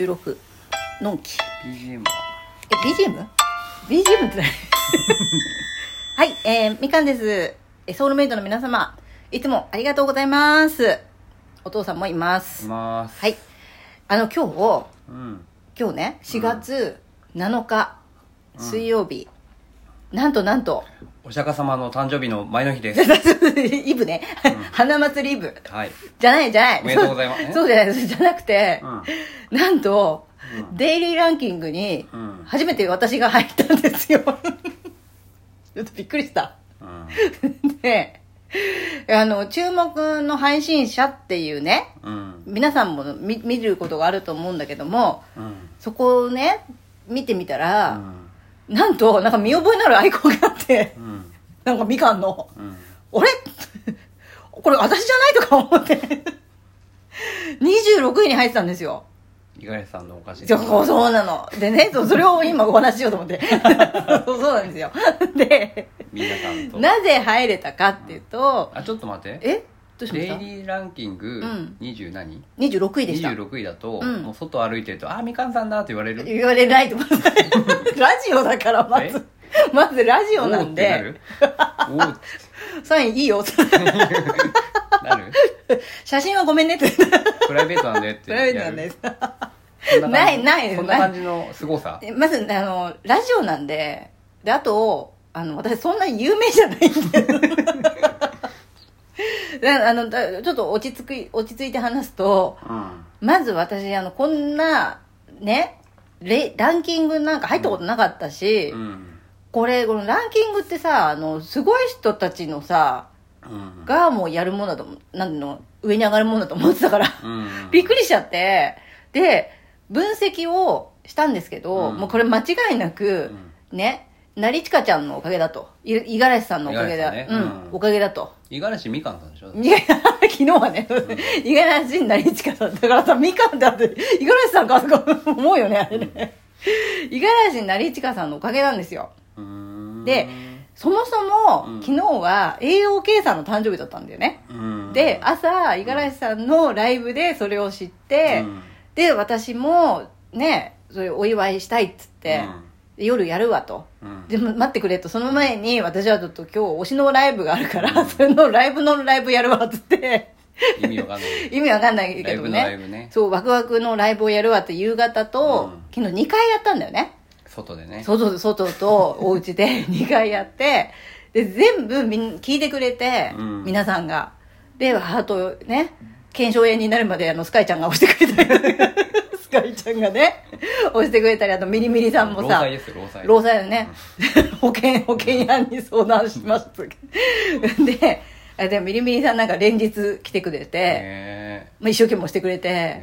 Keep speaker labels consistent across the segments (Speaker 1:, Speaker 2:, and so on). Speaker 1: 16のんき
Speaker 2: BGM
Speaker 1: え BGM?BGM BGM って何 はいえー、みかんですえソウルメイトの皆様いつもありがとうございますお父さんもいま
Speaker 2: い
Speaker 1: す
Speaker 2: ます
Speaker 1: はいあの今日
Speaker 2: うん
Speaker 1: 今日ね4月7日、水曜日、なんとなんと
Speaker 2: お釈迦様の誕生日の前の日です
Speaker 1: イブね、花祭りイブ
Speaker 2: はい
Speaker 1: じゃないじゃない
Speaker 2: おめでとうございます
Speaker 1: そうそうじゃないじゃなくて
Speaker 2: う、ん
Speaker 1: なんと、
Speaker 2: うん
Speaker 1: デイリーランキングに
Speaker 2: うん
Speaker 1: 初めて私が入ったんですよ ちょっとびっくりした
Speaker 2: うん
Speaker 1: であの注目の配信者っていうね
Speaker 2: うん
Speaker 1: 皆さんも見見ることがあると思うんだけども
Speaker 2: うん
Speaker 1: そこをね見てみた
Speaker 2: う
Speaker 1: ら、
Speaker 2: ん
Speaker 1: なんとなんか見覚えのあるアイコンがあって
Speaker 2: うん
Speaker 1: なんかみかんの
Speaker 2: うん
Speaker 1: 「あれ これ私じゃない?」とか思って26位に入ってたんですよ
Speaker 2: 五十嵐さんのお菓子
Speaker 1: そうそうそうなのでねそうそれを今お話ししようと思って そうそうなんですよで
Speaker 2: 皆さんと
Speaker 1: なぜ入れたかっていうと
Speaker 2: あちょっと待って
Speaker 1: えどうしま
Speaker 2: デ
Speaker 1: し
Speaker 2: イ
Speaker 1: た
Speaker 2: リーランキング
Speaker 1: うん
Speaker 2: 20何
Speaker 1: 26位でした
Speaker 2: 26位だと
Speaker 1: うん
Speaker 2: もう外歩いてると「あみかんさんだ」って言われる
Speaker 1: 言われないと思って ラジオだからまずまずラジオなん
Speaker 2: おーっ
Speaker 1: で
Speaker 2: てなるおーって
Speaker 1: サインいいよ
Speaker 2: なる
Speaker 1: 写真はごめんねって
Speaker 2: プライベートなんでって
Speaker 1: プライベート
Speaker 2: や
Speaker 1: な
Speaker 2: る
Speaker 1: んです
Speaker 2: そん感じ
Speaker 1: ないない
Speaker 2: そんな感じの凄さ
Speaker 1: まずあのラジオなんでであとあの私そんな有名じゃないんで だあのだちょっと落ち着く落ち着いて話すと
Speaker 2: うん
Speaker 1: まず私あのこんなねレランキングなんか入ったことなかったし、
Speaker 2: うん
Speaker 1: これこのランキングってさあのすごい人たちのさ
Speaker 2: うん
Speaker 1: がもうやるものだと思なんていうの上に上がるものだと思ってたから
Speaker 2: うん
Speaker 1: びっくりしちゃってで分析をしたんですけど、
Speaker 2: うん
Speaker 1: もうこれ間違いなく、ね成近ちゃんのおかげだとい五十嵐さんのおかげだ、
Speaker 2: 五十嵐
Speaker 1: うん
Speaker 2: さんねうん
Speaker 1: おかげだと
Speaker 2: 五十嵐みかんさんでしょ
Speaker 1: いや昨日はね五十嵐成近さんだからさみかんだって五十嵐さんかとか思うよねあれね五十嵐成近さんのおかげなんですよ
Speaker 2: うーん
Speaker 1: でそもそも、
Speaker 2: うん
Speaker 1: 昨日は AOK さんの誕生日だったんだよね、
Speaker 2: うん
Speaker 1: で朝五十嵐さんのライブでそれを知って、
Speaker 2: うん
Speaker 1: で私もねそれお祝いしたいっつって、で夜やるわと
Speaker 2: うん
Speaker 1: でも待ってくれとその前に私はちょっと今日推しのライブがあるから、それのライブのライブやるわっつって
Speaker 2: 意味わかんない
Speaker 1: 意味わかんない
Speaker 2: ラ
Speaker 1: け
Speaker 2: イ
Speaker 1: ど
Speaker 2: ブの
Speaker 1: ね
Speaker 2: ライブね
Speaker 1: そうワクワクのライブをやるわって夕方と、
Speaker 2: うん
Speaker 1: 昨日2回やったんだよね
Speaker 2: 外でね
Speaker 1: 外外とお家で 2回やってで全部みん聞いてくれて、
Speaker 2: うん
Speaker 1: 皆さんがであとね腱鞘炎になるまであのスカイちゃんが押してくれたり スカイちゃんがね押してくれたりあとミリミリさんも
Speaker 2: 労
Speaker 1: さ
Speaker 2: 災ですよ労災
Speaker 1: 労災だね、 保険保険屋に相談しましたであでもミリミリさんなんか連日来てくれて、
Speaker 2: ね
Speaker 1: まあ、一生懸命押してくれて、
Speaker 2: えね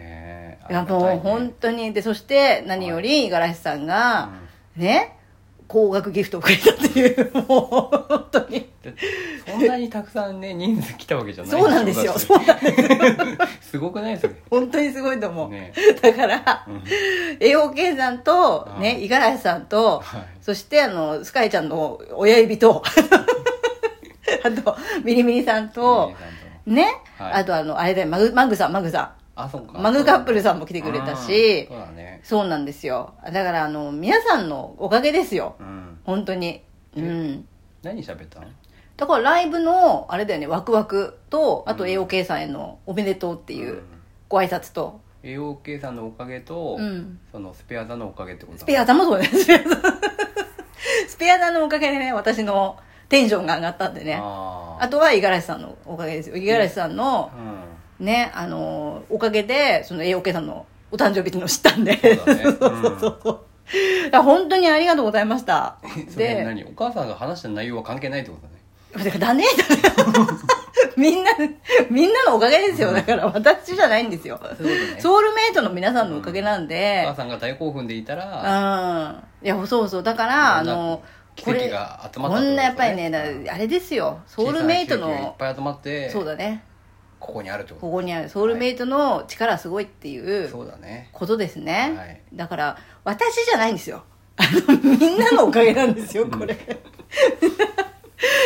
Speaker 2: え
Speaker 1: いや
Speaker 2: ありがた
Speaker 1: もう
Speaker 2: ね
Speaker 1: 本当にでそして何より五十嵐さんが、ね高額ギフトをくれたっていう もう本当に
Speaker 2: でそんなにたくさんね人数来たわけじゃない
Speaker 1: そうなんですよ
Speaker 2: だって
Speaker 1: そうなんです
Speaker 2: すごくないそれ
Speaker 1: 本当にすごいと思う、
Speaker 2: ね
Speaker 1: だから、AOK さんとね
Speaker 2: うん
Speaker 1: 五十嵐さんと、
Speaker 2: はい
Speaker 1: そしてあのスカイちゃんの親指 とあとミリミリさんと
Speaker 2: ミリミリさんと
Speaker 1: ね、
Speaker 2: はい
Speaker 1: あとあのあれだよマグマグさんマグさ
Speaker 2: あそっか
Speaker 1: んマグカップルさんも来てくれたし
Speaker 2: あーそうだね
Speaker 1: そうなんですよだからあの皆さんのおかげですよ
Speaker 2: うん
Speaker 1: 本当にうん
Speaker 2: 何喋ったの
Speaker 1: だからライブのあれだよねワクワクとあと
Speaker 2: うん
Speaker 1: AOK さんへのおめでとうっていううんご挨拶と、
Speaker 2: AOK さんのおかげと
Speaker 1: うん
Speaker 2: そのスペア座のおかげってこと
Speaker 1: スペア座もそう ねスペア座スペア座のおかげでね私のテンションが上がったんでねあ
Speaker 2: あー
Speaker 1: とは五十嵐さんのおかげですよ五十嵐さんの
Speaker 2: うん
Speaker 1: ねあのおかげでその AOK さんのお誕生日っていうのを知ったんで
Speaker 2: そうだね
Speaker 1: そうそうそう そうだから本当にありがとうございました
Speaker 2: それ何お母さんが話した内容は関係ないってことだね
Speaker 1: だからだね みんなみんなのおかげですよだから私じゃないんですよ
Speaker 2: そういうことね
Speaker 1: ソウルメイトの皆さんのおかげなん
Speaker 2: お
Speaker 1: で
Speaker 2: 母さんが大興奮でいた
Speaker 1: うん
Speaker 2: ら
Speaker 1: いやそうそうだからあ
Speaker 2: いろんな
Speaker 1: の
Speaker 2: 奇
Speaker 1: これ
Speaker 2: 跡が集まった
Speaker 1: こんなやっぱりね
Speaker 2: だ
Speaker 1: だあれですよソウルメイト
Speaker 2: いっ
Speaker 1: の
Speaker 2: ぱい集まって
Speaker 1: そうだね
Speaker 2: ここにあるって
Speaker 1: こ
Speaker 2: こ
Speaker 1: こにあるソウルメイトの力すごいってい
Speaker 2: と
Speaker 1: う
Speaker 2: そうだね
Speaker 1: ことですね、
Speaker 2: はい
Speaker 1: だから私じゃないんですよ あのみんなのおかげなんですよこれ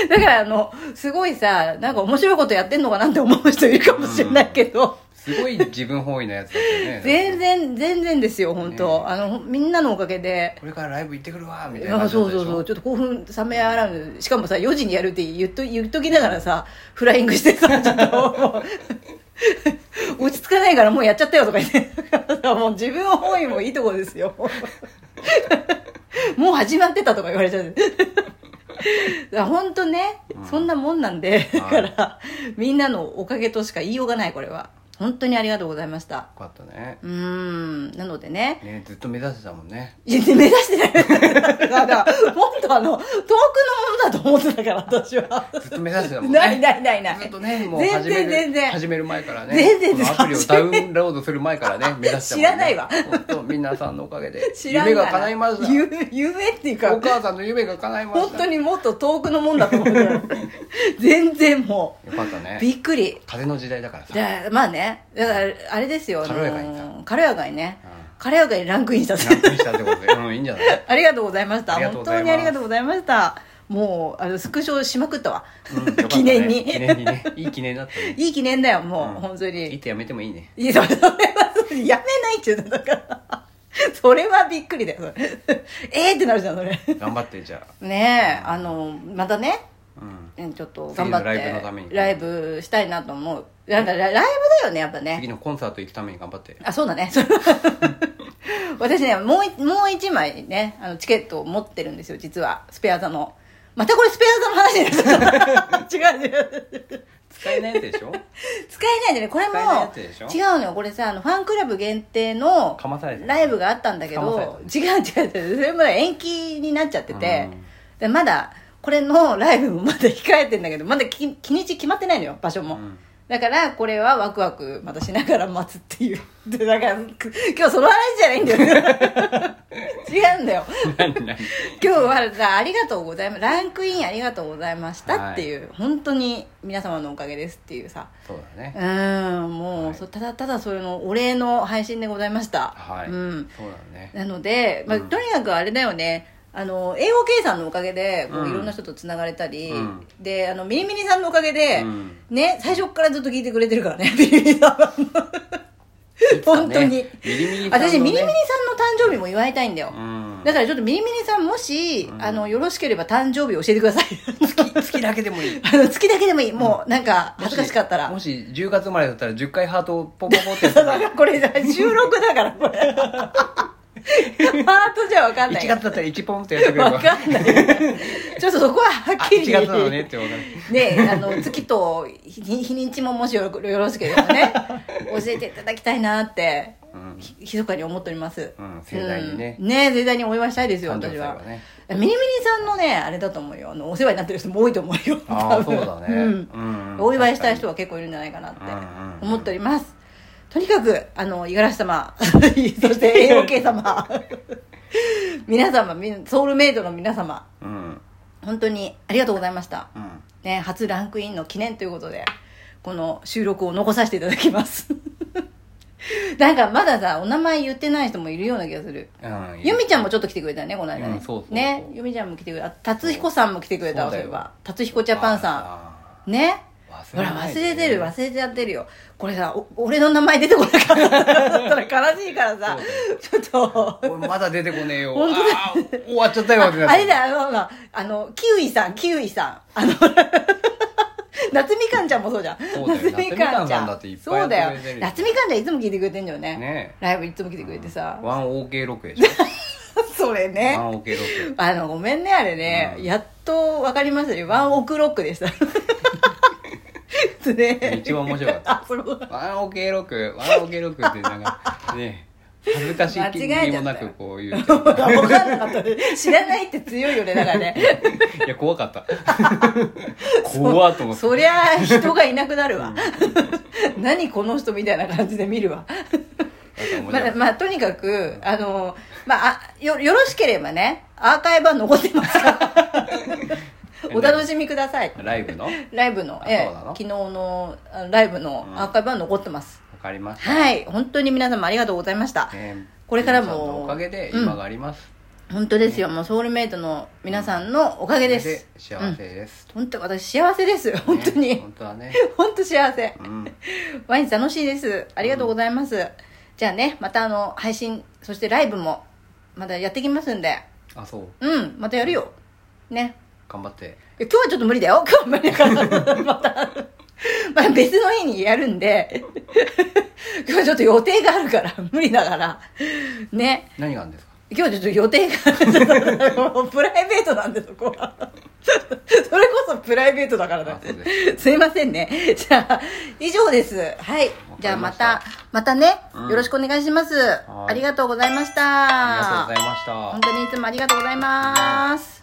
Speaker 1: だからあのすごいさなんか面白いことやってんのかなって思う人いるかもしれないけど、
Speaker 2: すすごい自分本位なやつだったよね
Speaker 1: 全然全然ですよ本当、
Speaker 2: ね
Speaker 1: あのみんなのおかげで
Speaker 2: これからライブ行ってくるわみたいな
Speaker 1: あ
Speaker 2: 感じだ
Speaker 1: そう
Speaker 2: ったで
Speaker 1: そ
Speaker 2: しょ
Speaker 1: うそうちょっと興奮冷めやらぬしかもさ4時にやるって言っと言っときながらさフライングしてさちょっと もう落ち着かないからもうやっちゃったよとか言ってもう自分の本位もいいとこです よもう始まってたとか言われちゃう本当ね、
Speaker 2: うん
Speaker 1: そんなもんなんでだ
Speaker 2: は
Speaker 1: か
Speaker 2: い
Speaker 1: らみんなのおかげとしか言いようがないこれは本当にありがとうございました
Speaker 2: よかったね
Speaker 1: うーんなのでね、
Speaker 2: ねずっと目指してたもんね
Speaker 1: いや、 目指してない。だから、もっとあの、遠くのものだと思ってたから、私は。
Speaker 2: ずっと目指してたもんね
Speaker 1: ないないないない。
Speaker 2: ずっとねもう
Speaker 1: 全
Speaker 2: 始め
Speaker 1: 然
Speaker 2: る
Speaker 1: 全然。
Speaker 2: 始める前からね
Speaker 1: 全然です
Speaker 2: このアプリをダウンロードする前か らね目指してたも
Speaker 1: 知ら
Speaker 2: んね
Speaker 1: ないわ
Speaker 2: 本当皆さんのおかげで
Speaker 1: 知らん
Speaker 2: 夢
Speaker 1: が
Speaker 2: が
Speaker 1: な
Speaker 2: 叶いまし
Speaker 1: 夢夢っていう
Speaker 2: たお
Speaker 1: か、
Speaker 2: 母さんの夢が叶いました
Speaker 1: 本当にもっと遠くのもんだと思って た。全然も
Speaker 2: よかった
Speaker 1: う、
Speaker 2: ね
Speaker 1: びっくり。
Speaker 2: 風の時代だからさ
Speaker 1: じゃあまあね、だからあれですよ、あの
Speaker 2: 軽やかにさ
Speaker 1: 軽やかにね
Speaker 2: うん。
Speaker 1: 軽やかにランクインした
Speaker 2: ランクインしたってことでうんいいんじゃない
Speaker 1: ありがとうございました。
Speaker 2: ありがと
Speaker 1: 本
Speaker 2: うござ
Speaker 1: 当
Speaker 2: います
Speaker 1: にありがとうございました。もう、あの、スクショしまくったわ。
Speaker 2: うんよかった ね
Speaker 1: 記念に。
Speaker 2: 記念にねいい記念だった ね
Speaker 1: いい記念だよ、もう、
Speaker 2: うん
Speaker 1: 本当に。
Speaker 2: いいってやめてもいいね
Speaker 1: いや、それは、それやめないって言うんだから。それはびっくりだよ、それ。えーってなるじゃん、それ。
Speaker 2: 頑張ってじゃ
Speaker 1: ねえ、あの、またね、
Speaker 2: あうん
Speaker 1: うんちょっと
Speaker 2: 次
Speaker 1: 頑
Speaker 2: の
Speaker 1: 張って、
Speaker 2: ライブのために
Speaker 1: ライブしたいなと思う。なんかラライブだよね、やっぱね。
Speaker 2: 次のコンサート行くために頑張 って
Speaker 1: あ、そうだね。それは私ね、もうい、もう一枚ね、あの、チケットを持ってるんですよ、実は。スペア座の。またこれスペア座の話になっち ゃった。違う違う。
Speaker 2: 使えないやつでしょ
Speaker 1: 使えないんだよねこれ
Speaker 2: 使えないやつでし
Speaker 1: も
Speaker 2: ょ
Speaker 1: 違うのよこれさあのファンクラブ限定の
Speaker 2: かまされてる
Speaker 1: ライブがあったんだけ
Speaker 2: かまされ
Speaker 1: ど違う違う違うそれも延期になっちゃってて
Speaker 2: うん
Speaker 1: でまだこれのライブもまだ控えてんだけどまだき日にち決まってないのよ場所も、
Speaker 2: うん
Speaker 1: だからこれはワクワクまたしながら待つっていうでだからく今日その話じゃないん だよね違うんだよ
Speaker 2: 何何
Speaker 1: 今日はさありがとうございますランクインありがとうございましたっていう、本当に皆様のおかげですっていうさ
Speaker 2: そうだね
Speaker 1: うんもう、
Speaker 2: はい
Speaker 1: そただただそれのお礼の配信でございました、
Speaker 2: はい
Speaker 1: うん、
Speaker 2: そうだね
Speaker 1: なので、まあ
Speaker 2: うん
Speaker 1: とにかくあれだよねあの AOK さんのおかげでこう、
Speaker 2: うん
Speaker 1: いろんな人とつながれたり、
Speaker 2: うん
Speaker 1: であのミリミリさんのおかげで、
Speaker 2: うん
Speaker 1: ね最初からずっと聞いてくれてるからね ミリミリさんは本当に、
Speaker 2: ねミリミリさんのね
Speaker 1: 私ミリミリさんの誕生日も祝いたいんだよ、
Speaker 2: うん
Speaker 1: だからちょっとミリミリさんもし、
Speaker 2: うん
Speaker 1: あのよろしければ誕生日教えてください
Speaker 2: 月月だけでも いい
Speaker 1: あの月だけでもいいもうなんか恥ずかしかったら
Speaker 2: もしもし10月生まれだったら10回ハートをポンポンポンってやった
Speaker 1: だかららこれ収録だからこれハートじゃ分かんない
Speaker 2: 1月だったら1ポンってやってくれば
Speaker 1: 分かんないちょっとそこははっ
Speaker 2: あ
Speaker 1: き
Speaker 2: 1
Speaker 1: り
Speaker 2: 月なのねって分かる
Speaker 1: ねあの月と日日にちももしよろよろしければね教えていただきたいなって
Speaker 2: うん
Speaker 1: ひひそかに思っております、
Speaker 2: うん盛大にね
Speaker 1: うんね盛大にお祝いしたいですよ
Speaker 2: 誕生
Speaker 1: 私
Speaker 2: 日だ
Speaker 1: は
Speaker 2: からね
Speaker 1: ミニミニさんのねあれだと思うよあのお世話になってる人も多いと思うよ
Speaker 2: あ
Speaker 1: 多
Speaker 2: あ
Speaker 1: 分
Speaker 2: そうだね
Speaker 1: うん
Speaker 2: うん
Speaker 1: お祝いしたい人は結構いるんじゃないかなって
Speaker 2: うん
Speaker 1: 思っております、とにかくあの五十嵐 様そして AOK 様 皆様みんソウルメイドの皆様
Speaker 2: うん
Speaker 1: 本当にありがとうございました、
Speaker 2: うん
Speaker 1: ね、初ランクインの記念ということでこの収録を残させていただきます なんかまださお名前言ってない人もいるような気がする
Speaker 2: うん
Speaker 1: 由美ちゃんもちょっと来てくれたよねこの間ね、
Speaker 2: うんそうそうそう
Speaker 1: ね由美ちゃんも来てくれたあ達彦さんも来てくれたわ
Speaker 2: そ
Speaker 1: そう
Speaker 2: う
Speaker 1: い
Speaker 2: だ
Speaker 1: え
Speaker 2: よ
Speaker 1: ば達彦ジャパンさ
Speaker 2: あ
Speaker 1: んね
Speaker 2: ー
Speaker 1: ほら
Speaker 2: ない
Speaker 1: 忘
Speaker 2: で
Speaker 1: れてる忘れちゃってるよこれさお俺の名前出てこなかった らだったら悲しいからさちょっと
Speaker 2: おいまだ出てこねえ よ
Speaker 1: 本当だ
Speaker 2: あー終わっちゃったよ
Speaker 1: あ
Speaker 2: ってなって
Speaker 1: あれだあのあのあのキウイさんキウイさんあの 夏みかんちゃんもそうじゃん
Speaker 2: そうだよ夏みかんさんだっていっぱい
Speaker 1: そうだ
Speaker 2: やってくれて
Speaker 1: よ
Speaker 2: るよ
Speaker 1: 夏みかんちゃんいつも聞いてくれてんだよね
Speaker 2: ね
Speaker 1: ライブいつも来てくれてさ、
Speaker 2: ワン OK6 でしょ
Speaker 1: それね
Speaker 2: ワン OK6
Speaker 1: あの、ごめんね、あれね。
Speaker 2: うん
Speaker 1: やっと分かりましたよ。ワンオクロックでした。 ね、
Speaker 2: 一番面白かった
Speaker 1: あ、そう。
Speaker 2: ワンオケロク、ワンオケロクってなんか、ね、恥ずかしい気にもなくこう言う。
Speaker 1: 分かんなかったね知らないって強いよね、だからね。
Speaker 2: いや、怖か った。怖っと思って。
Speaker 1: そりゃ、人がいなくなるわ。何この人みたいな感じで見るわ。まあ、
Speaker 2: ま
Speaker 1: まあ、とにかく、あの、まあ、あよ、よろしければね、アーカイブは残ってます から。お楽しみください。
Speaker 2: ライブのわ
Speaker 1: ライブの、
Speaker 2: あ
Speaker 1: ええ
Speaker 2: そうなの
Speaker 1: 昨日のあライブのアーカイブは残ってます。
Speaker 2: かりました。
Speaker 1: はい、本当に皆様ありがとうございました。
Speaker 2: ね
Speaker 1: これからも
Speaker 2: 皆さんのおかげで今があります。
Speaker 1: 本当ですよ、もうソウルメイトの皆さんのおかげです、
Speaker 2: 幸せです、
Speaker 1: 本当私幸せです本当に、
Speaker 2: ね本当はね、
Speaker 1: 本当幸せ
Speaker 2: うん、
Speaker 1: 毎日楽しいですありがとうございます、じゃあねまたあの配信そしてライブもまだやってきますんで
Speaker 2: あそう
Speaker 1: うんまたやるよね
Speaker 2: 頑張って
Speaker 1: え今日はちょっと無理だよ今日は無理だ からまたまあ別の日にやるんで 今日はちょっと予定があるから無理だからね
Speaker 2: 何があるんですか
Speaker 1: 今日ちょっと予定がもうプライベートなんでそこはそれこそプライベートだからだ
Speaker 2: あそうです
Speaker 1: いませんねじゃあ以上ですはいじゃあまたまたね、
Speaker 2: うん
Speaker 1: よろしくお願いします
Speaker 2: はい
Speaker 1: ありがとうございました
Speaker 2: ありがとうございました
Speaker 1: 本当にいつもありがとうございます